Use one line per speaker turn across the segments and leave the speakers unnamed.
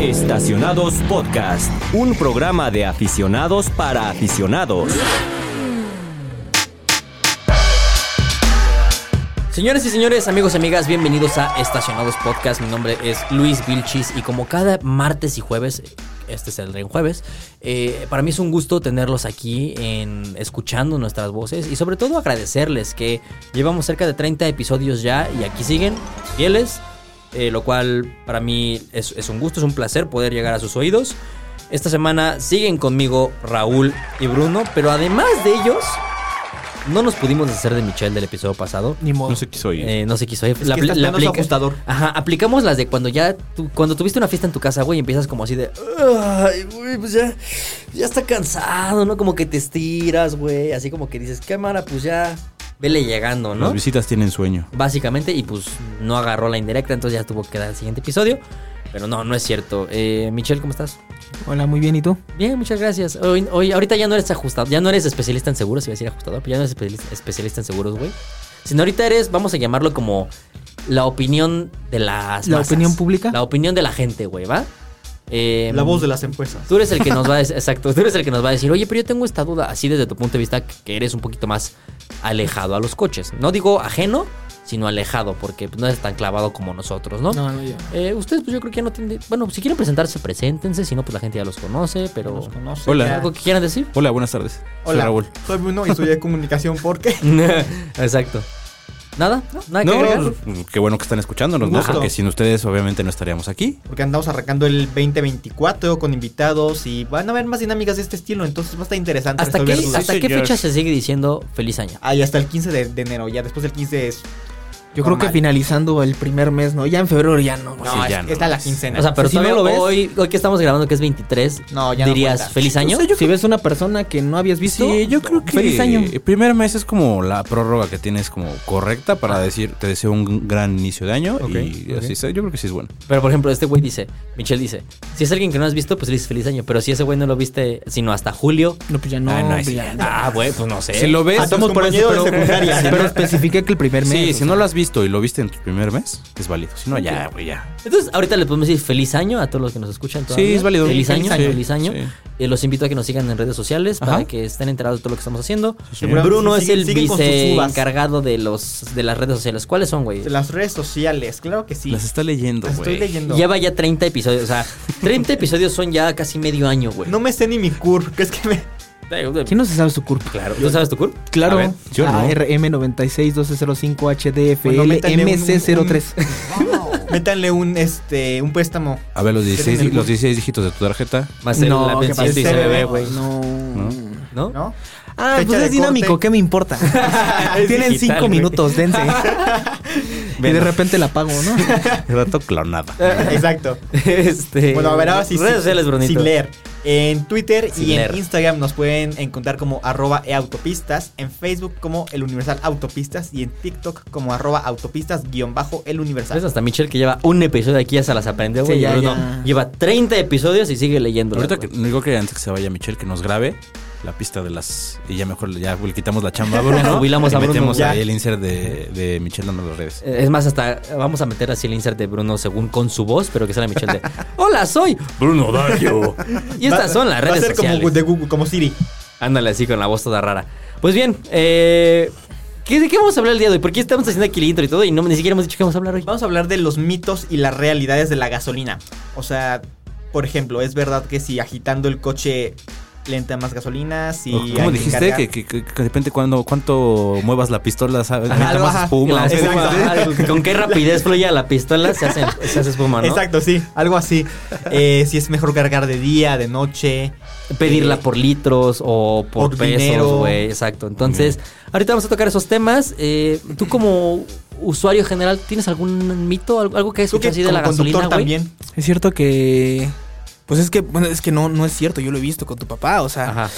Estacionados Podcast, un programa de aficionados para aficionados.
Señores y señores, amigos y amigas, bienvenidos a Estacionados Podcast. Mi nombre es Luis Vilchis y como cada martes y jueves, este es el Ren Jueves, eh, para mí es un gusto tenerlos aquí en, escuchando nuestras voces y sobre todo agradecerles que llevamos cerca de 30 episodios ya y aquí siguen fieles, eh, lo cual para mí es, es un gusto, es un placer poder llegar a sus oídos. Esta semana siguen conmigo Raúl y Bruno, pero además de ellos... No nos pudimos deshacer de Michelle del episodio pasado.
Ni modo.
No se quiso ir.
Eh, no se quiso ir.
que estás esperando su ajustador.
Ajá, aplicamos las de cuando ya tú- cuando tuviste una fiesta en tu casa, güey, y empiezas como así de, ay, güey, pues ya ya está cansado, ¿no? Como que te estiras, güey, así como que dices, "Cámara, pues ya vele llegando, ¿no?"
Las visitas tienen sueño.
Básicamente y pues no agarró la indirecta, entonces ya tuvo que dar el siguiente episodio. Pero no, no es cierto. Eh, Michelle, ¿cómo estás?
Hola, muy bien, ¿y tú?
Bien, muchas gracias. Hoy, hoy- ahorita ya no eres ajustador, ya no eres especialista en seguros, iba a decir ajustador, pero ya no eres especialista, especialista en seguros, güey. Sino ahorita eres, vamos a llamarlo como la opinión de las.
¿La
masas.
opinión pública?
La opinión de la gente, güey, ¿va? Eh,
La voz de las empresas.
Tú eres el que nos va a decir, exacto, tú eres el que nos va a decir, oye, pero yo tengo esta duda, así desde tu punto de vista, que eres un poquito más alejado a los coches. No digo ajeno, sino alejado, porque pues, no eres tan clavado como nosotros, ¿no?
No, no, yo.
Eh, ustedes, pues yo creo que ya no tienen. Bueno, si quieren presentarse, preséntense. Si no, pues la gente ya los conoce, pero.
Nos conoce.
Hola.
ya.
¿Algo que quieran decir?
Hola, buenas tardes. Soy
Hola.
Raúl.
Soy Bruno y estudié comunicación porque
Exacto. ¿Nada? ¿Nada que agregar?
No, pues, qué bueno que están escuchándonos, ¿no?
Gusto.
Porque sin ustedes obviamente no estaríamos aquí.
porque andamos arrancando el 2024 con invitados y van a haber más dinámicas de este estilo, entonces va a estar interesante.
¿Hasta qué,
resolver dudas.
hasta
Sí,
qué
señor.
fecha se sigue diciendo feliz año?
Ah, y hasta el 15 de, de enero, ya después del 15 es...
Yo creo que
Normal.
finalizando el primer mes, ¿no? Ya en febrero ya no.
Sí,
es-
ya no.
está la quincena.
O sea, pero
si
todavía
no lo ves,
hoy, hoy que estamos grabando, que es 23,
No, ya no
dirías
cuenta.
feliz año.
O sea, si ves una persona que no habías visto.
Sí, yo creo que
Feliz año.
el primer mes es como la prórroga que tienes como correcta para decir te deseo un gran inicio de año
Ok,
y
ok.
así está. Yo creo que sí es bueno.
Pero por ejemplo, este güey dice, Michelle dice, si es alguien que no has visto, pues le dices feliz año. Pero si ese güey no lo viste, sino hasta julio.
No, pues ya no.
Ah, no, ahí sí.
ya-
Ah, güey, pues no sé.
Si lo ves,
a tu compañero de secundaria.
Pero especifica que el primer mes.
sí,
o
si
sea,
no lo has visto y lo viste en tu primer mes, es válido. Si no, ya, güey, ya.
Entonces, ahorita le podemos decir feliz año a todos los que nos escuchan. todavía.
Sí, es válido.
Feliz
Sí,
año,
feliz año.
feliz año.
Sí.
Eh, los invito a que nos sigan en redes sociales para
Ajá.
que estén enterados de todo lo que estamos haciendo.
Seguramente
Bruno
sí,
es el
siguen con sus
vice
uvas.
encargado de los de las redes sociales. ¿Cuáles son, güey?
Las redes sociales, claro que sí.
Las está leyendo,
Las estoy
güey.
leyendo.
Lleva ya 30 episodios, o sea, 30 episodios son ya casi medio año, güey.
No me sé ni mi cur, que es que me...
¿Quién no se sabe su curva?
Claro. ¿Tú sabes tu curva?
Claro.
A ver, yo no.
Bueno,
ARM96205HDFL
métanle un-
MC03.
Métanle un, este, un préstamo.
A ver, los 16,
Tienen el-
los 16 dígitos de tu tarjeta.
Más el- la
¿qué
pensión
pasa?
de
Ese
ICBB,
bebé,
güey.
No.
¿No?
¿No?
Ah,
Fecha
pues
de
es dinámico,
corte.
¿qué me importa? Tienen
digital,
cinco
güey.
minutos, dense. y de repente la pago, ¿no?
Rato clonada.
Eh, Exacto.
Eh,
este,
Bueno, a ver, ahora sí.
Redes
sí,
sociales, Brunito.
Sin leer. En Twitter
Sin
y en
leer.
Instagram nos pueden encontrar como arroba eautopistas, en Facebook como el Universal Autopistas y en TikTok como arroba autopistas guión bajo el Universal.
¿Sabes? Hasta Michelle que lleva un episodio aquí ya se las aprendió,
Sí,
güey. y
ya,
Bruno
ya.
Lleva 30 episodios y sigue leyendo.
Ahorita que, digo que antes que se vaya Michelle, que nos grabe la pista de las. Y ya mejor ya le quitamos la chamba a Bruno.
Jubilamos
y
a Bruno.
metemos
Ya.
ahí el insert de, de Michelle dando las redes.
Eh, Es más, hasta vamos a meter así el insert de Bruno según con su voz, pero que sale Michelle de Hola, soy Bruno Dario. y estas
Va-
son las
Va a
redes
ser
sociales.
como de Google, como Siri.
Ándale así con la voz toda rara. Pues bien, eh, ¿qué, ¿de qué vamos a hablar el día de hoy? ¿Por qué estamos haciendo aquí el intro y todo? Y no, ni siquiera hemos dicho que vamos a hablar hoy.
Vamos a hablar de los mitos y las realidades de la gasolina. O sea, por ejemplo, es verdad que si agitando el coche lenta más gasolina, si hay
Oh, ¿Cómo dijiste?
cargar-
Que, que- que- que depende cuando, cuánto muevas la pistola, ¿sabes? Aumenta
algo,
más
ajá.
espuma.
La
o sea,
espuma, ajá, ¿Con qué rapidez fluye la pistola? Se hace, se hace espuma, ¿no?
Exacto, sí, algo así. Eh, si es mejor cargar de día, de noche.
Pedirla por litros o por,
Por
pesos,
dinero.
güey. Exacto. Entonces, ahorita vamos a tocar esos temas. Eh, Tú como usuario general, ¿tienes algún mito? ¿Algo algo que has
Tú que
escuchado así de
como
la gasolina,
conductor
güey?
también.
Es cierto que. Pues es que, bueno, es que no, no es cierto, yo lo he visto con tu papá, o sea,
Ajá.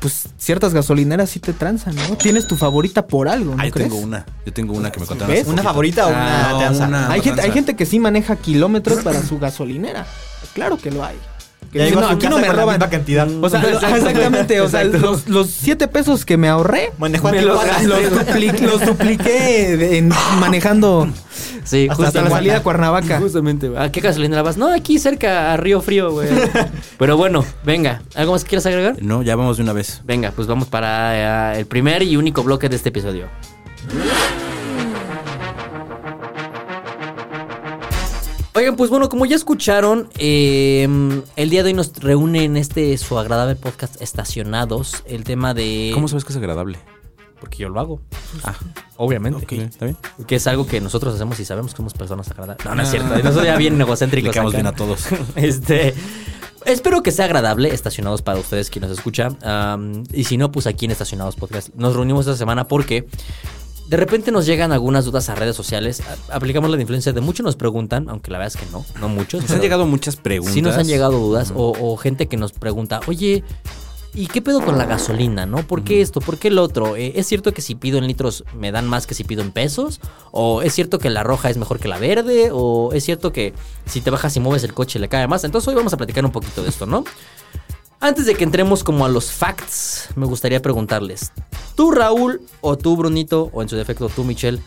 pues ciertas gasolineras sí te tranzan, ¿no? Tienes tu favorita por algo, ¿no
Ah, yo
crees?
tengo una. Yo tengo una que me contaron.
¿Ves?
hace
¿Una
poquito.
favorita o una
no,
tranza?
Ah,
una-
hay, gente, hay
tranza.
gente que sí maneja kilómetros para su gasolinera. Claro que lo hay.
Que ya iba a su
aquí
casa
no me
con la
roban.
misma cantidad.
O sea, lo- exactamente. O sea, los, los siete pesos que me ahorré.
Manejó a
me los,
Tijuana.
los dupli- los dupliqué de- en- manejando
Sí,
hasta,
justo
la
en-
salida a Cuernavaca.
Justamente, güey. ¿A qué gasolinera vas? No, aquí cerca, a Río Frío, güey. Pero bueno, venga. ¿Algo más que quieras agregar?
No, ya vamos de una vez.
Venga, pues vamos para eh, el primer y único bloque de este episodio. Oigan, pues bueno, como ya escucharon, eh, el día de hoy nos reúne en este su agradable podcast Estacionados el tema de...
¿Cómo sabes que es agradable?
Porque yo lo hago. obviamente.
Ok, ¿Está bien?
Que es algo que nosotros hacemos y sabemos que somos personas agradables. No, no es cierto. Nosotros ya bien
Le
egocéntricos.
quedamos
acá.
bien a todos.
Este. Espero que sea agradable estacionados para ustedes quien nos escucha. Am, y si no, pues aquí en Estacionados Podcast. Nos reunimos esta semana porque de repente nos llegan algunas dudas a redes sociales. A- Aplicamos la de influencia de muchos nos preguntan, aunque la verdad es que no, no muchos.
Nos
pero
han llegado muchas preguntas.
Sí nos han llegado dudas o, o gente que nos pregunta, oye, ¿y qué pedo con la gasolina, no? ¿Por qué esto? ¿Por qué el otro? Eh, ¿Es cierto que si pido en litros me dan más que si pido en pesos? ¿O es cierto que la roja es mejor que la verde? ¿O es cierto que si te bajas y mueves el coche le cae más? Entonces hoy vamos a platicar un poquito de esto, ¿no? Antes de que entremos como a los facts, me gustaría preguntarles, ¿tú Raúl o tú Brunito o en su defecto tú Michelle?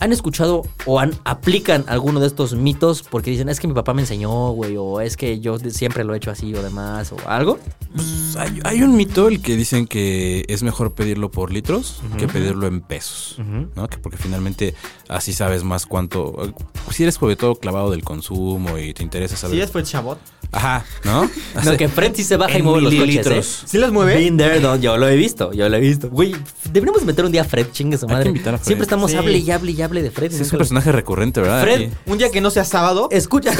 ¿Han escuchado o han, aplican alguno de estos mitos porque dicen, es que mi papá me enseñó, güey, o es que yo de- siempre lo he hecho así o demás, o algo?
Pues Hay, hay un mito el que dicen que es mejor pedirlo por litros que pedirlo en pesos, ¿no? Que porque finalmente así sabes más cuánto. eh, Si eres sobre todo clavado del consumo y te interesa
Sí,
saber.
es por chabot.
Ajá, ¿no?
No, que Fred sí se baja y
En
mueve los coches, ¿eh?
mililitros.
¿Sí las mueve?
Been there, done- yo lo he visto, yo lo he visto. Güey, deberíamos meter un día a Fred, chingue su
que
madre.
invitar a Fred.
Siempre estamos
Sí.
hable y hable y hable de Fred. y
Sí, es
nunca lo-
un personaje recurrente, ¿verdad?
Fred,
Aquí.
Un día que no sea sábado.
Escucha.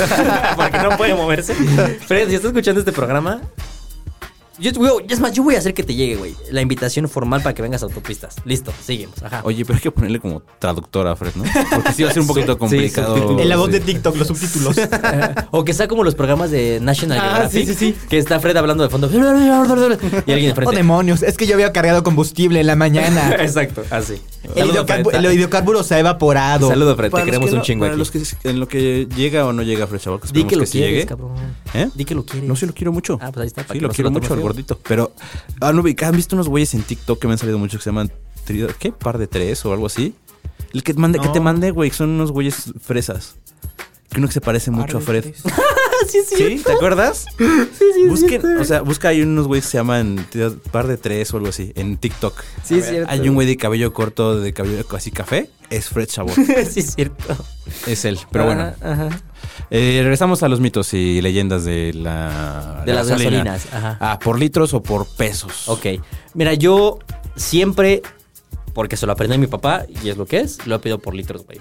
Porque no puede moverse. Fred, si estás escuchando este programa. Yo, güey, es más, yo voy a hacer que te llegue, güey. La invitación formal para que vengas a autopistas. Listo, seguimos. Ajá.
Oye, pero hay que ponerle como traductora a Fred, ¿no? Porque sí va a ser un poquito complicado.
En la voz de
Sí.
TikTok, los subtítulos.
O que sea como los programas de National
Ah,
Geographic.
sí, sí, sí.
Que está Fred hablando de fondo. Y alguien de
Oh,
frente.
demonios. Es que yo había cargado combustible en la mañana.
Exacto, así.
El
Saludo, Fred.
hidrocarbu- el hidrocarburo se ha evaporado.
Saludo, Fred. Te
Para los
queremos
que
un
no-
chingo
para
aquí.
los que- en lo que llega o no llega Fred Chabot, que
Di
esperemos
que lo
sí
quieres,
llegue.
cabrón.
¿Eh?
Di que lo quieres.
No, sí lo quiero mucho.
Ah, pues ahí está, para
Sí,
que
lo
no se
quiero
lo
mucho
tome
al
feo.
gordito. Pero han, ubicado- han visto unos güeyes en TikTok que me han salido mucho que se llaman trío- ¿qué? Par de tres o algo así. El que, mande, que
No.
te mandé, güey, son unos güeyes fresas. Que uno que se parece mucho a Fred.
sí, sí.
¿Sí? ¿Te acuerdas? Sí, sí, Busquen, o sea, busca ahí unos güeyes que se llaman tío- par de tres o algo así en TikTok.
Sí, es cierto.
Hay un güey de cabello corto, de cabello así café. Es Fred Chabot.
sí, es cierto.
es él. Pero bueno.
Ajá, ajá.
Eh, regresamos a los mitos y leyendas de la.
De
la
las
gasolina.
gasolinas, ajá.
Ah, por litros o por pesos.
Ok. Mira, yo siempre, porque se lo aprendí a mi papá, y es lo que es, lo he pedido por litros, güey.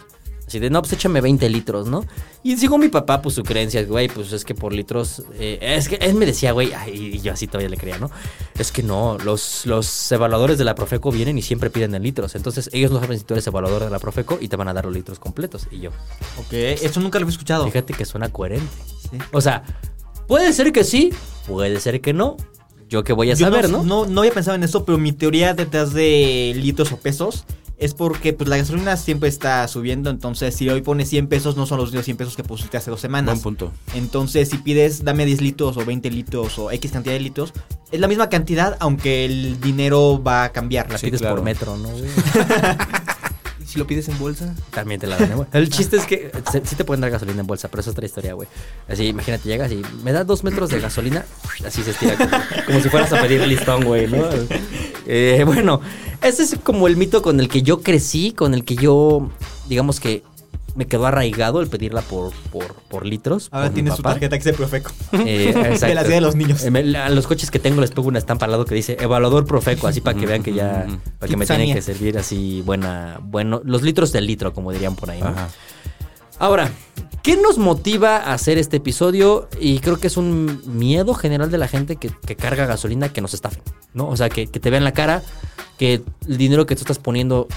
Así de, no, pues échame 20 litros, ¿no? Y digo mi papá, pues su creencia es, güey, pues es que por litros. eh, es que él me decía, güey, ay, y yo así todavía le creía, ¿no? Es que no, los, los evaluadores de la Profeco vienen y siempre piden en litros. Entonces ellos no saben si tú eres evaluador de la Profeco y te van a dar los litros completos. Y yo,
Ok, eso nunca lo he escuchado.
fíjate que suena coherente.
Sí.
O sea, puede ser que sí, puede ser que no. Yo que voy a
Yo
saber, ¿no?
No, no había pensado en eso, pero mi teoría detrás de litros o pesos es porque pues la gasolina siempre está subiendo, entonces si hoy pones 100 pesos no son los mismos 100 pesos que pusiste hace dos
Buen
semanas.
punto.
Entonces si pides dame 10 litros o 20 litros o X cantidad de litros, es la misma cantidad aunque el dinero va a cambiar.
La
Sí,
pides
claro.
por metro, ¿no? güey?
Si lo pides en bolsa.
También te la dan, ¿eh, güey. El chiste es que se- sí te pueden dar gasolina en bolsa, pero es otra historia, güey. Así, imagínate, llegas y me das dos metros de gasolina, así se estira, como, como si fueras a pedir listón, güey, ¿no? Eh, bueno, ese es como el mito con el que yo crecí, con el que yo, digamos que me quedó arraigado el pedirla por, por, por litros.
Ahora
por mi
tienes tu
papá.
tarjeta que se profeco.
Eh,
De la
exacto.
ciudad de los niños.
Eh, me- la- A los coches que tengo les pongo una estampa al lado que dice evaluador profeco, así para que vean que ya, para que me tienen
Kitsania.
que servir así buena, bueno, los litros del litro, como dirían por ahí. ¿no?
Ajá.
Ahora, ¿qué nos motiva a hacer este episodio? Y creo que es un miedo general de la gente que, que carga gasolina que nos estafen, ¿no? O sea, que, que te vean la cara, que el dinero que tú estás poniendo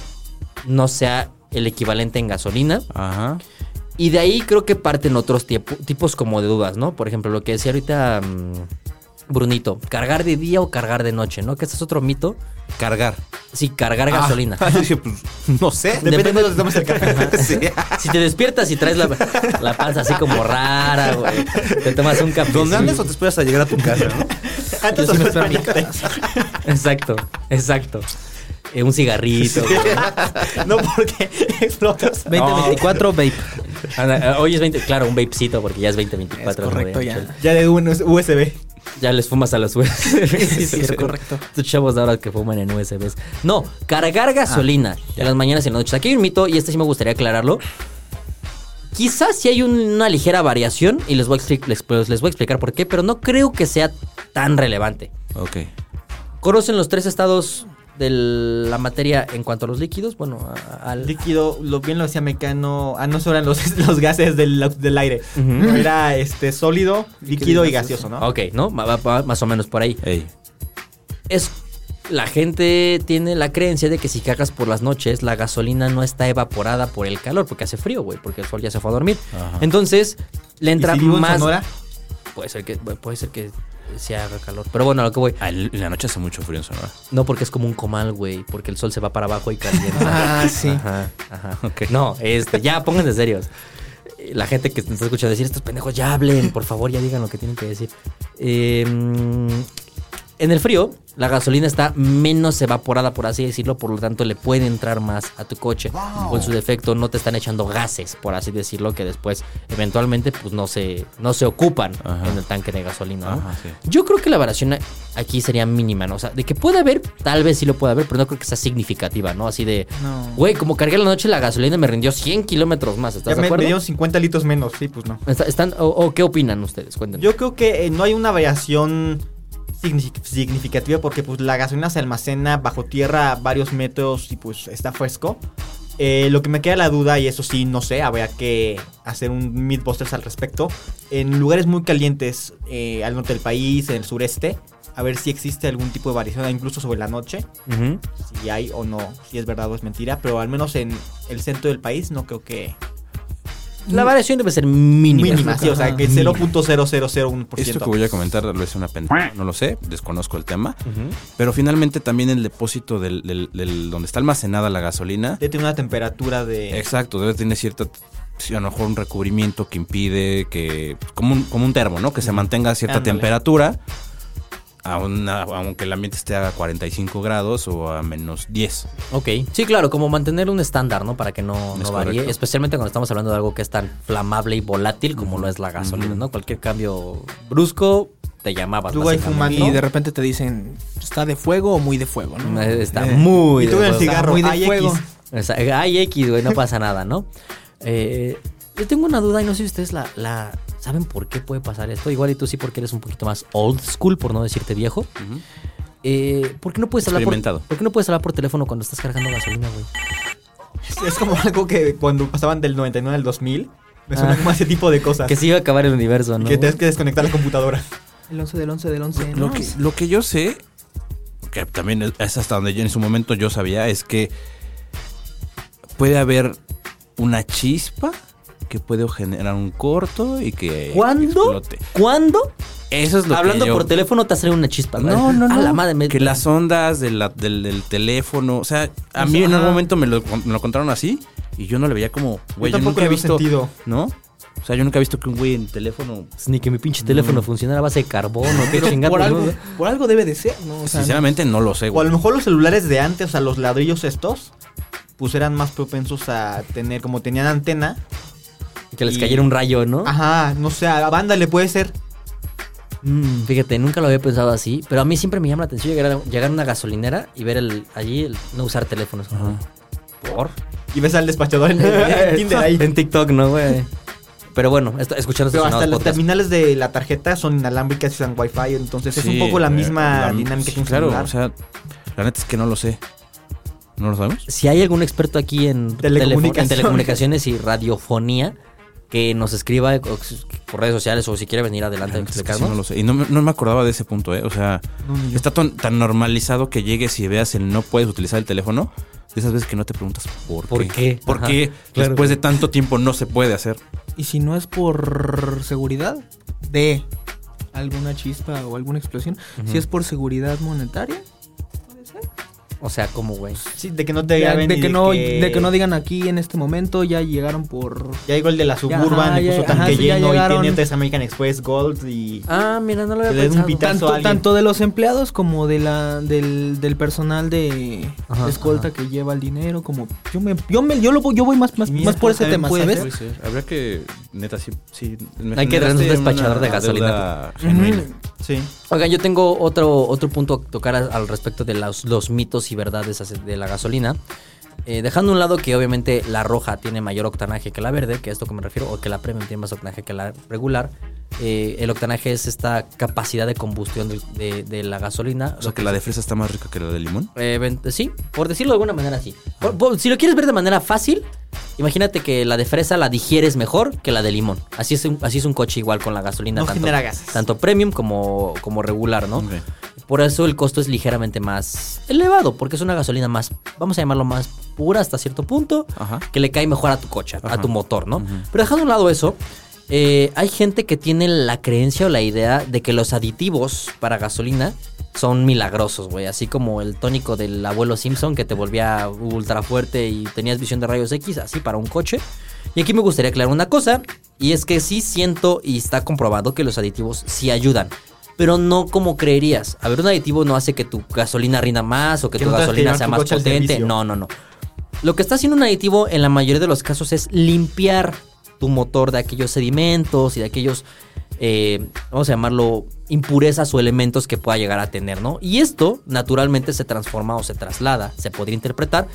no sea el equivalente en gasolina.
Ajá.
Y de ahí creo que parten otros tiempo- tipos como de dudas, ¿no? Por ejemplo, lo que decía ahorita mm, Brunito, cargar de día o cargar de noche, ¿no? Que ese es otro mito
Cargar.
Sí, cargar gasolina.
Ah, yo dije, pues, no sé.
Depende de dónde tomes el café.
Sí.
Si te despiertas y traes la, la panza así como rara, güey. Te tomas un café.
¿Dónde andes o te esperas a llegar a tu casa? no?
Antes
sí me
o después
espero en mi
pánico.
Exacto, exacto. Eh, un cigarrito. güey.
No, porque explotas.
2024 vape.
Anda, eh, Hoy es 20, claro, un vapecito porque ya es 2024.
Es correcto, ya.
Ya de un USB.
Ya les fumas a los USB.
Sí, sí, es correcto. Ah,
Estos chavos de ahora que fuman en USBs. No, cargar gasolina en las mañanas y en las noches. Aquí hay un mito y este sí me gustaría aclararlo. Quizás sí hay un- una ligera variación y les voy, a expli- les- pues, les voy a explicar por qué, pero no creo que sea tan relevante.
Ok.
¿Conocen los tres estados de la materia en cuanto a los líquidos? Bueno, a- al...
Líquido, lo bien lo decía Mecano. Ah, no, solo eran los, los gases del, del aire. Era este sólido, líquido y gaseoso, ¿no?
Ok, ¿no? Ma- va- va Más o menos por ahí.
Ey.
es la gente tiene la creencia de que si cagas por las noches, la gasolina no está evaporada por el calor, porque hace frío, güey, porque el sol ya se fue a dormir.
Ajá.
Entonces, le
¿Y
entra
si vivo en
más.
Sonora?
Puede ser que, puede ser que se haga calor. Pero bueno, a lo que voy.
Ah, En la noche hace mucho frío en Sonora.
No porque es como un comal, güey, porque el sol se va para abajo y calienta.
Ah, sí.
Ajá, ajá. No, este, ya pónganse serios. La gente que nos escucha decir estos pendejos, ya hablen, por favor, ya digan lo que tienen que decir. Eh, en el frío, la gasolina está menos evaporada, por así decirlo, por lo tanto le puede entrar más a tu coche. O en su defecto, no te están echando gases, por así decirlo, que después eventualmente pues no se, no se ocupan
Ajá.
en el tanque de gasolina. ¿no?
Ajá, sí.
Yo creo que la variación aquí sería mínima, ¿no? O sea, de que puede haber, tal vez sí lo puede haber, pero no creo que sea significativa, ¿no? Así de, güey, como cargué la noche la gasolina me rindió 100 kilómetros más, ¿estás
Ya
de
me, me
acuerdo?
dieron 50 litros menos, sí, pues no.
Está- ¿Están, o, o qué opinan ustedes? Cuéntenme.
Yo creo que eh, no hay una variación signi- significativa porque pues la gasolina se almacena bajo tierra a varios metros y pues está fresco. Eh, lo que me queda la duda, y eso sí, no sé, habría que hacer un Mythbusters al respecto. En lugares muy calientes, eh, al norte del país, en el sureste, a ver si existe algún tipo de variación, incluso sobre la noche,
Ujú.
si hay o no, si es verdad o es mentira, pero al menos en el centro del país no creo que...
La variación debe ser mínima.
Mínima, sí, o sea, que
Mínima.
0.0001%.
Esto que voy a comentar tal vez es una pendeja, no lo sé, desconozco el tema. Pero finalmente también el depósito del, del- del- donde está almacenada la gasolina.
Debe tener una temperatura de...
Exacto, debe tener cierta, sí, a lo mejor un recubrimiento que impide que, como un, como un termo, ¿no? Que se mantenga a cierta
Ándale.
temperatura, a una- aunque el ambiente esté a 45 grados o a menos 10.
Ok. Sí, claro, como mantener un estándar, ¿no? Para que no,
Es
no varíe.
correcto.
Especialmente cuando estamos hablando de algo que es tan flamable y volátil como lo es la gasolina, ¿no? Cualquier cambio brusco te llamabas.
Luego hay
básicamente.
fumando.
Y de repente te dicen, ¿está de fuego o muy de fuego? ¿no?
Está muy
Y tú
de
con el
huevos.
cigarro,
muy de
hay
fuego.
X.
O sea, Ay, X, güey, no pasa nada, ¿no? Eh, yo tengo una duda y no sé si ustedes la, la- saben por qué puede pasar esto. Igual y tú sí, porque eres un poquito más old school, por no decirte viejo. Eh, ¿por, qué no puedes hablar por,
Experimentado.
por qué no puedes hablar por teléfono cuando estás cargando gasolina, güey?
Es como algo que cuando pasaban del 99 al 2000, me
Ah.
suena como a ese tipo de cosas.
Que
Que,
se iba a acabar el universo, ¿no?
tienes que desconectar la computadora.
El 11 del 11 del 11.
Lo
¿no?
que, lo que yo sé, que también es- es hasta donde yo en su momento yo sabía, es que puede haber una chispa que puede generar un corto y que
¿Cuándo?
explote.
¿Cuándo?
Eso es lo
Hablando
que yo-
por teléfono te sale una chispa.
No, no, no.
A la madre. me-
Que las ondas de la- del, del teléfono. O sea, a mí en
Ajá.
algún momento me lo, me lo contaron así y yo no le veía como, güey, yo,
tampoco
nunca
le
he
veo
visto.
sentido.
¿No? O sea, yo nunca he visto que un güey en teléfono.
Pues Ni que mi pinche teléfono funcionara a base de carbón o qué
Pero
chingada.
por,
¿no?
algo, por algo debe de ser, ¿no? O sea,
Sinceramente no lo sé,
O a
güey.
lo mejor los celulares de antes, o sea, los ladrillos estos, pues eran más propensos a tener, como tenían antena.
Que les
Y-
cayera un rayo, ¿no?
Ajá, no sé, a banda le puede ser.
Mm, Fíjate, nunca lo había pensado así, pero a mí siempre me llama la atención llegar a, llegar a una gasolinera y ver el, allí el no usar teléfonos. ¿Por?
Y ves al despachador en, en Tinder ahí.
En TikTok, ¿no, güey? Pero bueno, esto- escuchando
Pero
estos
hasta las
sonados podcast.
terminales de la tarjeta son inalámbricas y usan wifi, entonces es un
Sí,
poco la
eh,
misma
la-
dinámica
sí,
que un
Claro,
celular.
o sea, la neta es que no lo sé. ¿No lo sabemos?
Si hay algún experto aquí en,
Telecomunicaciones.
telefo- en telecomunicaciones y radiofonía que nos escriba o- por redes sociales o si quiere venir adelante a
La neta es que sí,
explicarnos.
no lo sé. Y no me, no me acordaba de ese punto, ¿eh? O sea, está tan, tan normalizado que llegues y veas el no puedes utilizar el teléfono. De esas veces que no te preguntas por,
¿Por qué?
¿Por
Ajá,
qué
claro.
después de tanto tiempo no se puede hacer?
y si no es por seguridad de alguna chispa o alguna explosión, si es por seguridad monetaria, puede ser.
O sea, ¿cómo, güey?
Sí, de que no te
Ya,
graben
de
y
que no de que no digan aquí en este momento ya llegaron por
Ya llegó el de la Suburban,
ajá,
le
ya-
puso
ajá,
tanque
sí, ya
lleno y
llegaron.
tiene tres American Express Gold y...
Ah, mira, no lo había
Que le den un
pensado.
pita- Pitazo a
tanto,
alguien.
tanto de los empleados como de la del, del personal de,
Ajá,
de escolta
ajá.
que lleva el dinero como yo me yo me yo lo voy- yo voy más más,
Mira,
más por ese
también
tema,
puede
¿sabes?
ser.
Puede ser. Habría que, neta, sí. sí
Hay que traernos un despachador de gasolina.
Sí.
Oigan, yo tengo otro, otro punto a tocar a- al respecto de los, los mitos y verdades ace- de la gasolina. Eh, dejando a un lado que obviamente la roja tiene mayor octanaje que la verde, que es lo que me refiero, o que la premium tiene más octanaje que la regular. Eh, el octanaje es esta capacidad de combustión del- de, de la gasolina.
O sea, que la de fresa está más rica que la de limón.
Eh, ven- sí, por decirlo de alguna manera, sí. Por- por- si lo quieres ver de manera fácil, imagínate que la de fresa la digieres mejor que la de limón. Así es un, así es un coche igual con la gasolina.
No genera gases.
Tanto premium como, como regular, ¿no?
Ok.
Por eso el costo es ligeramente más elevado, porque es una gasolina más, vamos a llamarlo más pura hasta cierto punto,
Ajá.
que le cae mejor a tu coche, a
Ajá.
tu motor, ¿no? Pero dejando a un lado eso, eh, hay gente que tiene la creencia o la idea de que los aditivos para gasolina son milagrosos, güey. Así como el tónico del abuelo Simpson que te volvía ultra fuerte y tenías visión de rayos X, así para un coche. Y aquí me gustaría aclarar una cosa, y es que sí siento y está comprobado que los aditivos sí ayudan. Pero no como creerías. A ver, un aditivo no hace que tu gasolina rinda más o que,
Que
tu
no tengas que
gasolina
llevar
sea
tu
más
coche al
potente.
servicio.
No, no, no. Lo que está haciendo un aditivo en la mayoría de los casos es limpiar tu motor de aquellos sedimentos y de aquellos, eh, vamos a llamarlo, impurezas o elementos que pueda llegar a tener, ¿no? Y esto naturalmente se transforma o se traslada, se podría interpretar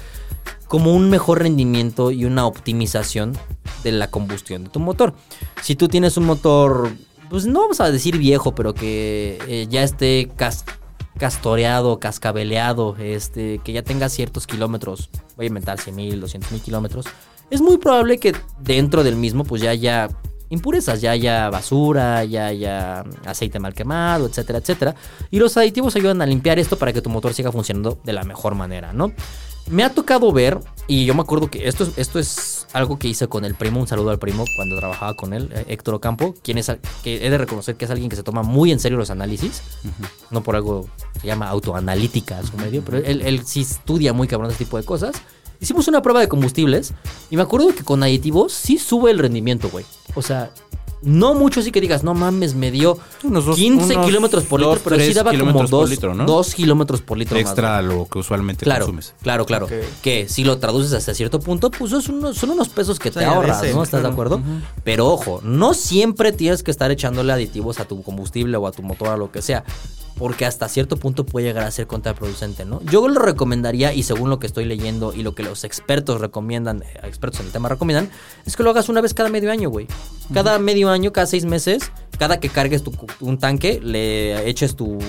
como un mejor rendimiento y una optimización de la combustión de tu motor. Si tú tienes un motor, pues no vamos a decir viejo, pero que eh, ya esté cas- castoreado, cascabeleado, este, que ya tenga ciertos kilómetros, voy a inventar 100 mil, 200 mil kilómetros, es muy probable que dentro del mismo pues ya haya impurezas, ya haya basura, ya haya aceite mal quemado, etcétera, etcétera. Y los aditivos ayudan a limpiar esto para que tu motor siga funcionando de la mejor manera, ¿no? Me ha tocado ver, y yo me acuerdo que esto es, esto es algo que hice con el primo, un saludo al primo cuando trabajaba con él, eh, Héctor Ocampo, quien es, al- que he de reconocer que es alguien que se toma muy en serio los análisis, no por algo se llama autoanalítica a su medio, pero él, él sí estudia muy cabrón este tipo de cosas. Hicimos una prueba de combustibles y me acuerdo que con aditivos sí sube el rendimiento, güey. O sea, no mucho así que digas, no mames, me dio
Unos dos-
15
unos
kilómetros por
dos,
litro, pero sí
tres
daba como
kilómetros por
2
litro, ¿no?
kilómetros por litro más,
Extra a lo que usualmente
Claro,
consumes.
claro, claro.
Ok.
Que si lo traduces hasta cierto punto, pues son unos, son unos pesos que
sea,
te
ya
ahorras,
veces,
¿no? ¿Estás de acuerdo? Pero ojo, no siempre tienes que estar echándole aditivos a tu combustible o a tu motor o a lo que sea. Porque hasta cierto punto puede llegar a ser contraproducente, ¿no? Yo lo recomendaría, y según lo que estoy leyendo y lo que los expertos recomiendan, eh, expertos en el tema recomiendan, es que lo hagas una vez cada medio año, güey. Cada medio año, cada seis meses, cada que cargues tu cu- un tanque, le eches tu,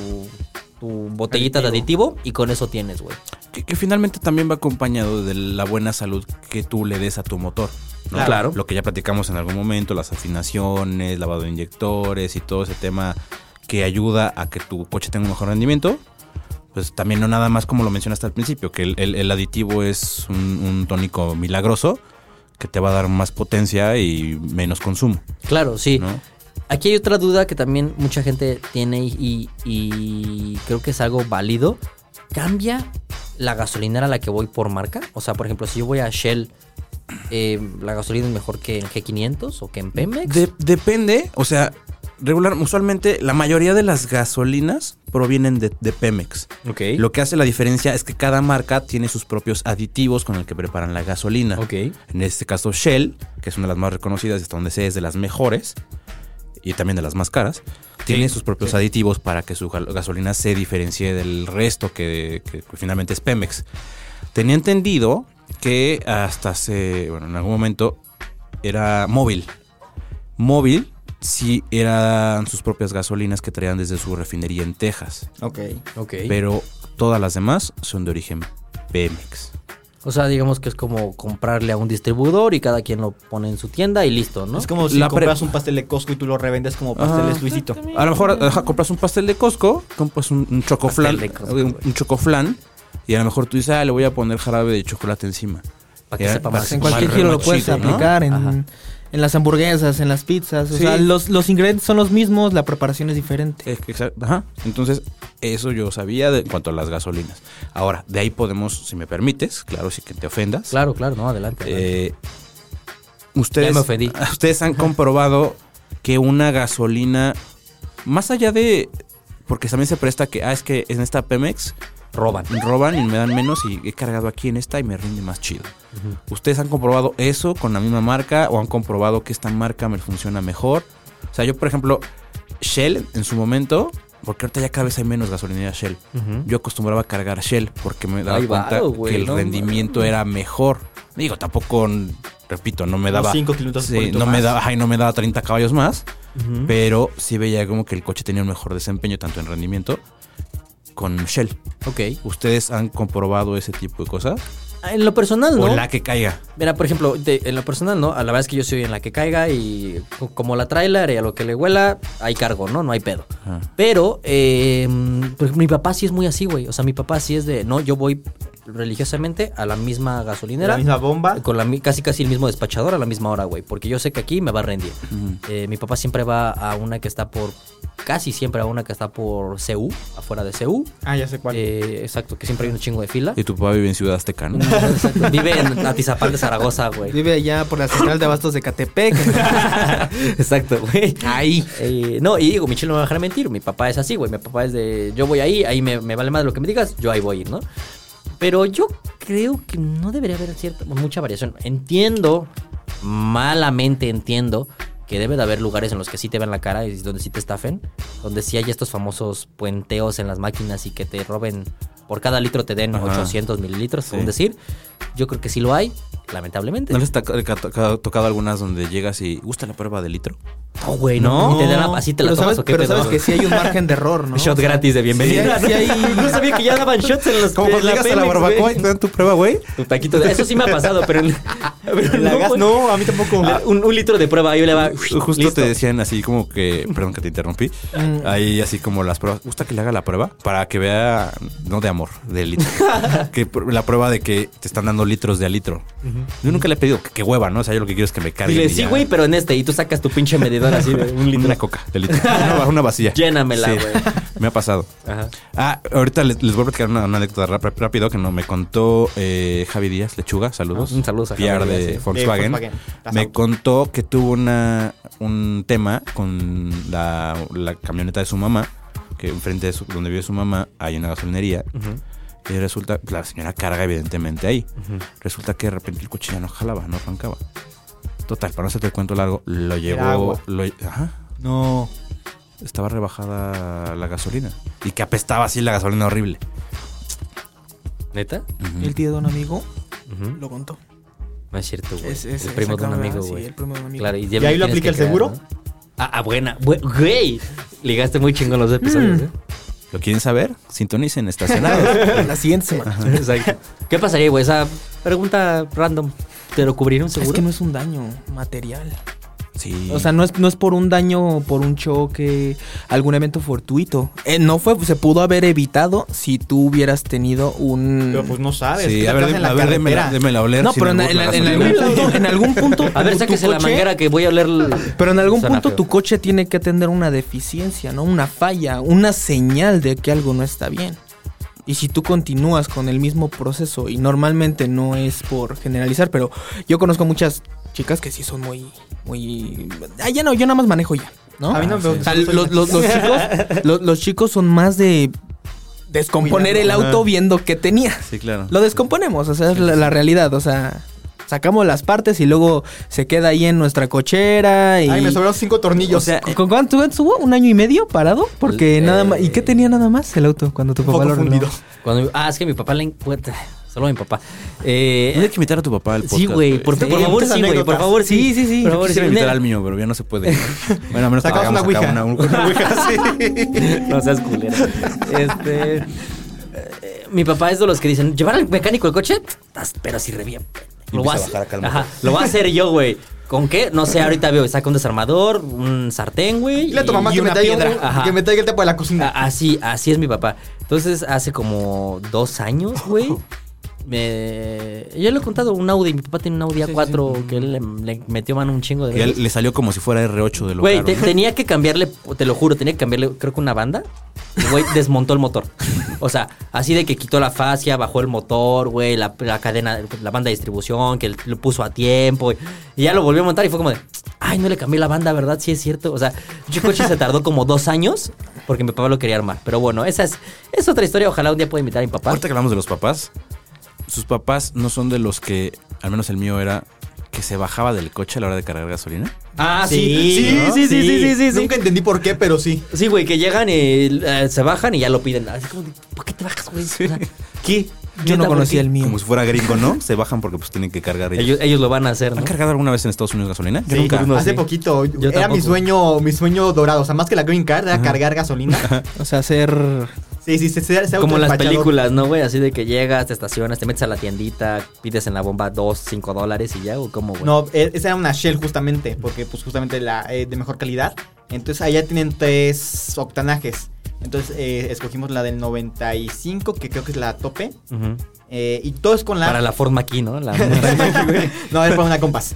tu botellita de aditivo y con eso tienes, güey.
Que, que finalmente también va acompañado de la buena salud que tú le des a tu motor. ¿no?
Claro. Claro.
Lo que ya platicamos en algún momento, las afinaciones, lavado de inyectores y todo ese tema que ayuda a que tu coche tenga un mejor rendimiento. Pues también no nada más como lo mencionaste al principio, que el, el- el aditivo es un, un tónico milagroso que te va a dar más potencia y menos consumo.
Claro, sí.
¿no?
Aquí hay otra duda que también mucha gente tiene y, y creo que es algo válido. ¿Cambia la gasolinera a la que voy por marca? O sea, por ejemplo, si yo voy a Shell, eh, ¿la gasolina es mejor que en G500 o que en Pemex?
De- depende, o sea, regular, usualmente la mayoría de las gasolinas provienen de, de Pemex.
ok.
Lo que hace la diferencia es que cada marca tiene sus propios aditivos con el que preparan la gasolina. En este caso Shell, que es una de las más reconocidas, hasta donde sé es de las mejores y también de las más caras, tiene sus propios aditivos para que su gal- gasolina se diferencie del resto que, que- que finalmente es Pemex. Tenía entendido que hasta hace, bueno, en algún momento era móvil. Móvil sí eran sus propias gasolinas que traían desde su refinería en Texas
Ok.
Ok.
pero todas las demás son de origen Pemex.
o sea, digamos que es como comprarle a un distribuidor y cada quien lo pone en su tienda y listo, ¿no?
Es como si
La pre-
compras un pastel de Costco y tú lo revendes como pasteles
Ajá.
Luisito.
A lo mejor ajá, compras un pastel de Costco, compras un, un chocoflan,
Pastel de Costco,
un, un chocoflan, y a lo mejor tú dices, ah, le voy a poner jarabe de chocolate encima.
Para que
Ya,
sepa
para
más.
que
en
Mal
cualquier
remo
giro lo puedes
chido, ¿no?
aplicar
Ajá.
en en las hamburguesas, en las pizzas. O
Sí.
sea, los, los ingredientes son los mismos, la preparación es diferente.
Eh, exacto, ajá. Entonces, eso yo sabía de, en cuanto a las gasolinas. Ahora, de ahí podemos, si me permites, claro, si que te ofendas.
Claro, claro, no, adelante. adelante.
Eh, ustedes,
Ya me ofendí.
ustedes han comprobado que una gasolina, más allá de. Porque también se presta que, ah, es que en esta Pemex
Roban.
roban y me dan menos y he cargado aquí en esta y me rinde más chido. ¿Ustedes han comprobado eso con la misma marca o han comprobado que esta marca me funciona mejor? O sea, yo, por ejemplo, Shell en su momento, porque ahorita ya cada vez hay menos gasolinería Shell. Yo acostumbraba a cargar Shell porque me daba
Ay,
cuenta
varo, güey,
que el
no
rendimiento era mejor. Digo, tampoco, repito, no me daba.
5 kilómetros
Sí,
por litro
no me
más.
daba, ay, no me daba 30 caballos más, pero sí veía como que el coche tenía un mejor desempeño, tanto en rendimiento, con Shell.
Ok.
¿Ustedes han comprobado ese tipo de cosas?
En lo personal, ¿no?
O la que caiga.
Mira, por ejemplo, de- en lo personal, ¿no? A la verdad es que yo soy en la que caiga y co- como la trailer y a lo que le huela, hay cargo, ¿no? No hay pedo.
Ajá.
Pero, eh, por ejemplo, mi papá sí es muy así, güey. O sea, mi papá sí es de, no, yo voy religiosamente a la misma gasolinera.
La misma bomba.
Con la, mi- casi casi el mismo despachador a la misma hora, güey. Porque yo sé que aquí me va a rendir. Eh, mi papá siempre va a una que está por... Casi siempre a una que está por CU, afuera de CU.
Ah, ya sé cuál.
Eh, exacto, que siempre hay un chingo de fila.
Y tu papá vive en Ciudad Azteca, ¿no?
Exacto, Vive en Atizapán de Zaragoza, güey.
Vive allá por la central de abastos de Catepec.
Exacto, güey.
Ahí.
Eh, no, y digo, Michelle no me va a dejar mentir. Mi papá es así, güey. Mi papá es de. Yo voy ahí, ahí me, me vale más lo que me digas, yo ahí voy a ir, ¿no? Pero yo creo que no debería haber cierta, mucha variación. Entiendo, malamente entiendo, que debe de haber lugares en los que sí te ven la cara y donde sí te estafen. Donde sí hay estos famosos puenteos en las máquinas y que te roben. Por cada litro te den
Ajá.
800 mililitros,
Sí.
por decir. Yo creo que sí lo hay, lamentablemente.
¿No les ha toca- toca- tocado algunas donde llegas y gusta la prueba de litro?
No, güey, no.
No.
Te dan la- así te la
pero
tomas
sabes,
o qué
pero
pedo?
sabes que sí hay un margen de error, ¿no?
Shot gratis de bienvenida.
Sí, sí hay-
No sabía que ya daban shots en los en la Pemex, güey.
dan tu prueba, güey.
Tu taquito de- Eso sí me ha pasado, pero. pero
La gas-
güey.
no, a mí tampoco.
Ah, Un, un litro de prueba, ahí le va.
Justo
listo.
te decían así como que, perdón que te interrumpí, ahí así como las pruebas, gusta que le haga la prueba para que vea, no de amor, de litro, que pr- la prueba de que te están dando litros de a litro. Yo nunca le he pedido que, que hueva, ¿no? O sea, yo lo que quiero es que me cargue.
Dile, sí, güey, pero en este. Y tú sacas tu pinche medidor así de un litro.
Una coca de litro, una, va- una vacía.
Llénamela,
Sí,
güey.
Me ha pasado.
Ajá.
Ah, ahorita les, les voy a platicar una, una anécdota rap- rápido que no me contó eh, Javi Díaz Lechuga, saludos.
Ah, un saludo a Javi
PR de,
Díaz, sí.
Volkswagen.
De Volkswagen, las
Me
autos.
contó que tuvo una un tema con la, la camioneta de su mamá, que enfrente de su, donde vive su mamá hay una gasolinería. Y resulta, pues, la señora carga evidentemente ahí. Resulta que de repente el coche ya no jalaba, no arrancaba. Total, para no hacerte el cuento largo, lo llevó.
agua.
Lo, ajá
No.
estaba rebajada la gasolina. Y que apestaba así la gasolina horrible.
¿Neta?
El tío de un amigo lo contó.
No es cierto, güey.
Es- es-
el primo de un
exactamente,
amigo,
sí,
güey.
el primo de un amigo.
Claro, y, ya
¿Y
me
ahí lo
tienes
aplica
que
el seguro?
¿no? Ah, ah, buena. Bue- Güey. Ligaste muy chingón los
Mm.
episodios, ¿eh?
¿Lo quieren saber? Sintonicen estacionados.
La siguiente semana.
Exacto. ¿Qué pasaría, güey? Esa pregunta random. ¿Te lo cubriría un seguro?
Es que no es un daño material.
Sí.
O sea, no es, no es por un daño, por un choque, algún evento fortuito. Eh, no fue, se pudo haber evitado si tú hubieras tenido un...
Pero pues no sabes.
Sí,
¿qué
a
te
ver,
pasa en la
a ver,
carretera?
démela, démela oler.
no,
si
pero en,
me gusta
en-
la
en algún
gasolina.
punto, en algún punto...
A ver,
tu- tu
sáquese la
coche-
manguera que voy a oler.
Pero en algún
Suena
punto
feo.
tu coche tiene que atender una deficiencia, ¿no? Una falla, una señal de que algo no está bien. Y si tú continúas con el mismo proceso, y normalmente no es por generalizar, pero yo conozco muchas chicas que sí son muy, muy... Ah, ya no, yo nada más manejo ya, ¿no? Ah,
A mí no me
O sea, los, los- los chicos, los, los chicos son más de descomponer el
Cuidado.
auto viendo que tenía.
Sí, claro.
Lo descomponemos, o sea, es la, la realidad, o sea, sacamos las partes y luego se queda ahí en nuestra cochera y...
Ay, me sobraron cinco tornillos.
O sea,
¿Con- ¿Con cuánto estuvo? ¿Un año y medio parado? Porque
Eh,
nada más... ¿Y qué tenía nada más el auto cuando tu
un
papá
poco
lo arregló?
fundido.
Cuando- ah, es que mi papá le. puta, Solo mi papá. Eh,
no hay que invitar a tu papá al podcast.
sí, güey. Por,
Sí,
por favor, sí, güey. Por
anécdotas.
favor, sí.
Sí, sí, sí.
Por
yo
favor,
quisiera
sí.
invitar al mío, pero ya no se puede. Bueno, a menos que
Sacamos
hagamos
una
acá
ouija.
una ouija, sí.
No seas culero. Este. eh, Mi papá es de los que dicen, llevar al mecánico el coche, Estás, pero si revía. Lo voy a,
empieza a
hacer-
bajar acá el
Ajá,
motor.
lo voy a hacer yo, güey. ¿Con qué? No sé, ahorita veo, saca un desarmador, un sartén, güey.
Dile a tu mamá
y
que me,
una
traiga
piedra.
un-
Ajá.
que me traiga el tapo de la
A-
cocina.
Así, así es mi papá. Entonces, hace como dos años, güey, Me- Yo le he contado un Audi. Mi papá tiene un Audi A4 que él le, le metió mano un chingo de
Ya
veces.
le salió como si fuera R8 de lo
Güey,
caro,
te-
¿no?
tenía que cambiarle, te lo juro, tenía que cambiarle, creo que una banda. El Güey, desmontó el motor. O sea, así de que quitó la fascia, bajó el motor, güey, la, la cadena, la banda de distribución, que lo puso a tiempo. güey. Y ya lo volvió a montar y fue como de, ay, no le cambié la banda, ¿verdad? Sí es cierto. O sea, yo coche se tardó como dos años porque mi papá lo quería armar. Pero bueno, esa es, es otra historia. Ojalá un día pueda invitar a mi papá.
Ahorita que hablamos de los papás, sus papás no son de los que, al menos el mío era, que se bajaba del coche a la hora de cargar gasolina.
Ah,
¿no? Nunca entendí por qué, pero sí.
Sí, güey, que llegan y eh, se bajan y ya lo piden. Así como, de, ¿por qué te bajas, güey? O sea, ¿Qué?
Yo no conocía el mío.
Como si fuera gringo, ¿no? Se bajan porque pues tienen que cargar ellos.
Ellos, ellos lo van a hacer, ¿no?
¿Han cargado alguna vez en Estados Unidos gasolina? Yo
Sí,
nunca.
hace poquito. era
tampoco.
mi sueño, mi sueño dorado. O sea, más que la green card era cargar gasolina.
O sea, hacer.
Sí, sí, se, se, se
Como en las
autoempachador.
películas, ¿no, güey? Así de que llegas, te estacionas, te metes a la tiendita, pides en la bomba dos, cinco dólares y ya, o cómo, güey.
No, eh, esa era una Shell justamente, porque pues justamente la eh, de mejor calidad. Entonces allá tienen tres octanajes. Entonces eh, escogimos la del 95, que creo que es la tope.
Ujú.
eh, y todo es con la...
Para la forma aquí, ¿no? La-
no, era para una compás.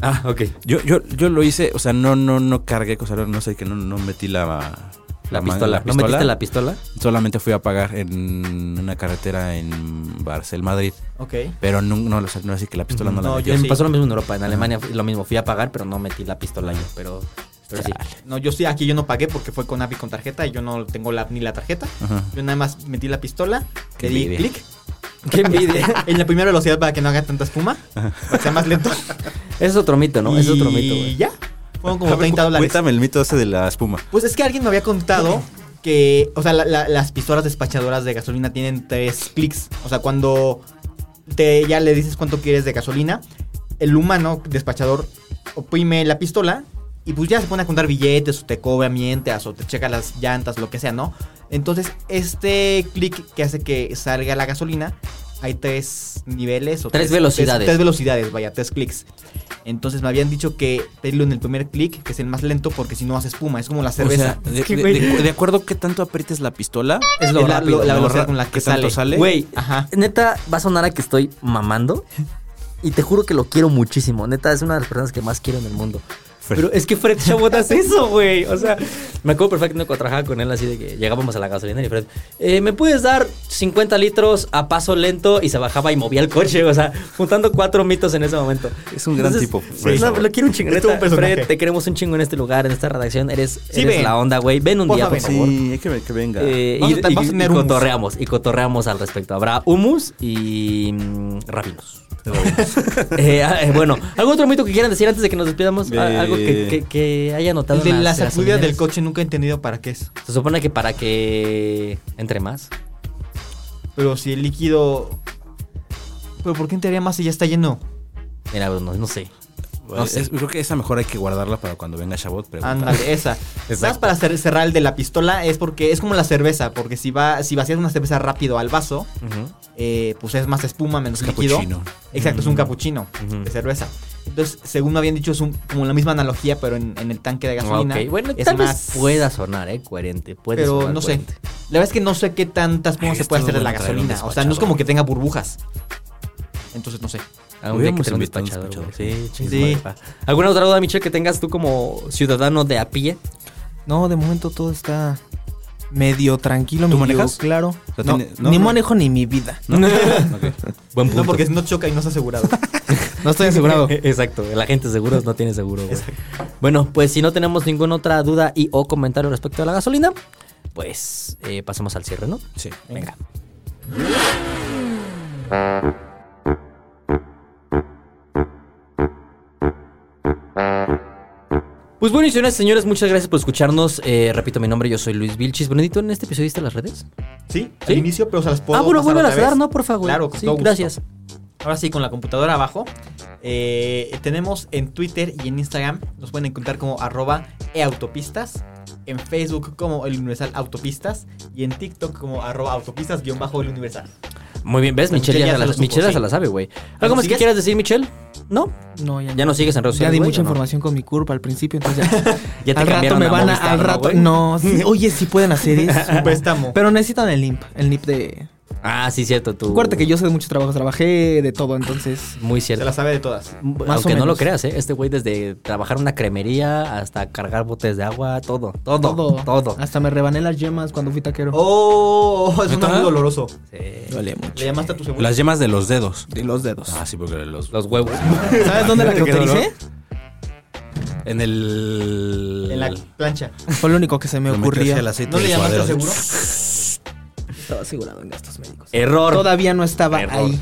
ah, ok.
Yo, yo, yo lo hice, o sea, no, no, no cargué, o sea, no sé que no, no metí la,
La
man-
pistola. ¿No metiste la pistola?
Solamente fui a pagar en una carretera en Barcelona, Madrid.
Ok.
Pero no, no, o sea, no así que la pistola no la
No,
metí.
yo
me
sí.
Em, pasó lo mismo en Europa. En Alemania fue lo mismo. Fui a pagar, pero no metí la pistola yo. Pero, pero sí.
No, yo sí, aquí yo no pagué porque fue con API con tarjeta y yo no tengo la, ni la tarjeta.
Ajá.
Yo nada más metí la pistola,
Qué
le di
envidia.
clic
Qué envidia.
en la primera velocidad para que no haga tanta espuma, para que sea más lento.
Ese es otro mito, ¿no? Ese Es otro mito,
Y
güey.
ya, fueron
A
como
ver,
30
cu-
dólares.
Cuéntame el mito ese de la espuma.
Pues es que alguien me había contado que, o sea, la- la- las pistolas despachadoras de gasolina tienen tres clics. O sea, cuando te, ya le dices cuánto quieres de gasolina, el humano despachador oprime la pistola y pues ya se pone a contar billetes o te cobra mientras o te checa las llantas, lo que sea, ¿no? Entonces, este clic que hace que salga la gasolina, hay tres niveles o
Tres velocidades.
Tres, velocidades, vaya, tres clics. Entonces me habían dicho que pedirlo en el primer clic, que es el más lento, porque si no hace espuma, es como la
O
cerveza.
sea, de, de- de- de acuerdo a qué tanto aprietes la pistola,
Es lo
es la-
rápido,
lo-
la
lo
velocidad
ra-
con la
¿qué
que
tanto
sale.
sale?
Güey,
Ajá.
neta, va a sonar a que estoy mamando. Y te juro que lo quiero muchísimo. Neta, es una de las personas que más quiero en el mundo.
Fred.
Pero es que Fred Chabot hace eso, güey. O sea, me acuerdo perfecto cuando trabajaba con él así de que llegábamos a la gasolina y Fred, eh, ¿me puedes dar 50 litros a paso lento? Y se bajaba y movía el coche. O sea, juntando cuatro mitos en ese momento.
Es un gran tipo, Fred
sí, no,
Chabot.
lo quiero un chingo.
Es todo
Neta,
un personaje.
Fred, te queremos un chingo en este lugar, en esta redacción. Eres,
Sí,
eres
ven.
la onda, güey. Ven un día,
Porfa,
por
ven.
favor.
Sí, que, ve- que venga.
Eh,
Vamos
y,
a ta-
y-
vamos a
y
tener hummus.
cotorreamos, y cotorreamos al respecto. Habrá humus y mm, rabinos. Eh, ah, eh, bueno, ¿algún otro mito que quieran decir antes de que nos despidamos?
De-
Ah, Algo que, que- que haya notado.
El de
en
la sacudida
gasolineras.
del coche nunca he entendido para qué es.
Se supone que para que entre más.
Pero si el líquido. Pero ¿por qué entraría más si ya está lleno?
Mira, Bruno, no sé.
no sé. Es- creo que esa mejor hay que guardarla para cuando venga Shabot. preguntar.
Ándale, esa. ¿Sabes para cer- cerrar el de la pistola? Es porque es como la cerveza, porque si va, si vacías una cerveza rápido al vaso, eh, pues es más espuma, menos
Es
líquido.
capuchino.
Exacto, es un capuchino
Ujú.
de cerveza. Entonces, según me habían dicho, es un- como la misma analogía, pero en, en el tanque de gasolina.
Ah, Ok, bueno,
es
tal
más-
vez pueda sonar, ¿eh? Coherente. Puede
Pero
sonar
no sé.
coherente.
La verdad es que no sé qué tanta espuma
Ay,
se puede
estuvo
hacer de la
bueno traer un
gasolina. O sea, no es como que tenga burbujas. Entonces no sé.
Algún día que
Hubiéramos
tener un
invitado un
despachador, güey.
despachador.
Sí, chingos,
Sí.
madre, pa. ¿Alguna otra duda, Michelle, que tengas tú como ciudadano de a pie?
No, de momento todo está medio tranquilo.
¿Tú
medio
manejas?
Claro.
O sea,
No,
tiene- no,
ni
no.
manejo ni mi vida.
¿No? Ok.
Buen
No, porque no choca y no está asegurado.
No estoy asegurado.
E, Exacto, la gente de seguros no tiene seguro. güey. Bueno, pues si no tenemos ninguna otra duda y o comentario respecto a la gasolina, pues eh, pasamos al cierre, ¿no?
Sí.
Venga. Pues bueno, y señoras y señores, muchas gracias por escucharnos. Eh, repito mi nombre, yo soy Luis Vilchis. Benedito, ¿en este episodio diste las redes?
¿Sí? Al
¿Sí?
inicio, pero se las puedo
ah, bueno,
pasar
vuelve a
otra
dar,
vez.
¿no? Por favor.
Claro, con
sí,
todo gusto.
gracias.
Ahora sí, con la computadora abajo. eh, tenemos en Twitter y en Instagram, nos pueden encontrar como arroba eautopistas, en Facebook como el Universal Autopistas y en TikTok como arroba autopistas guión bajo el Universal.
Muy bien, ¿ves?
Pues
Michelle ya, se
Michelle ya
la-
se lo supo,
Michelle ya
sí.
se la sabe, güey. ¿Algo más que
sigues?
quieras decir, Michelle? ¿No?
No, ya,
Ya
no.
no sigues en redes
Ya
sociales,
di
güey,
mucha
¿o no?
información con mi curva al principio, entonces ya.
Ya te
al rato
cambiaron
me
a
van a.
Movistar,
al
¿no,
rato.
güey?
No, sí, oye, sí pueden hacer eso.
Un préstamo.
Pero necesitan el NIP, el NIP de,
Ah, sí, cierto. Tú...
Acuérdate que yo sé de muchos trabajos, trabajé de todo, entonces.
Muy
Se
cierto.
la sabe de todas.
M-
Más o
Aunque no lo
menos.
creas, ¿eh? Este güey desde trabajar una cremería hasta cargar botes de agua, todo, todo, todo.
Hasta me rebané las yemas cuando fui taquero.
Oh, eso no es
¿Neta?
muy doloroso.
Sí.
duele mucho.
Le llamaste a tu segundo.
Las yemas de los dedos.
De los dedos.
Ah, sí, porque los.
Los huevos.
¿Sabes dónde la
Qué dolor.
cautericé?
En el.
En la plancha.
Fue lo único que se me
Lo metí hacia
ocurría.
el aceite
¿No le
del
llamaste al
suadero.
seguro?
Estaba asegurado en gastos médicos.
Error.
Todavía no estaba
Error.
ahí.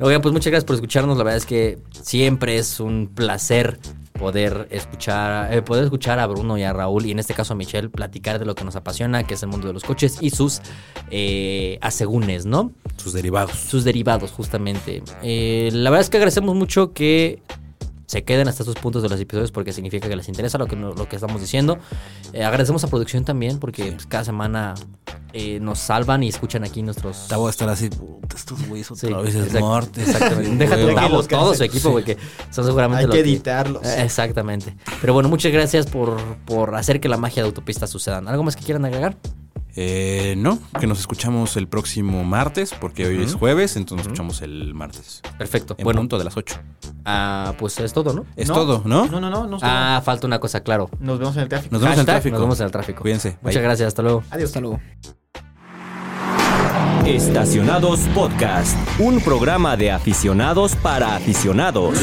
Oigan, pues muchas gracias por escucharnos. La verdad es que siempre es un placer poder escuchar, eh, poder escuchar a Bruno y a Raúl, y en este caso a Michelle, platicar de lo que nos apasiona, que es el mundo de los coches y sus eh, asegúnes, ¿no?
Sus derivados.
Sus derivados, justamente. Eh, la verdad es que agradecemos mucho que se queden hasta estos puntos de los episodios porque significa que les interesa lo que, no- lo que estamos diciendo. Eh, agradecemos a producción también porque pues, cada semana eh, nos salvan y escuchan aquí nuestros...
Te voy a estar así. puta, Estos güeyes otra
Sí,
vez es
exact-
norte.
Exactamente. Déjate
Huevo.
de Tavo,
Los que
todo su
hacen-
equipo, güey, que son seguramente
Hay
los
que editarlos.
Eh, Exactamente. Pero bueno, muchas gracias por, por hacer que la magia de autopista suceda. ¿Algo más que quieran agregar?
Eh, no, que nos escuchamos el próximo martes, porque hoy es jueves, entonces nos escuchamos el martes.
Perfecto.
En
bueno,
punto de las 8.
ah, pues es todo, ¿no?
Es todo, ¿no?
No, no, no. no
Ah, falta una cosa, claro.
Nos vemos en el tráfico.
Nos vemos en el
Hashtag,
tráfico.
Nos vemos en el tráfico.
Cuídense.
Muchas
Bye.
gracias. Hasta luego.
Adiós.
Hasta luego.
Estacionados Podcast, un programa de aficionados para aficionados.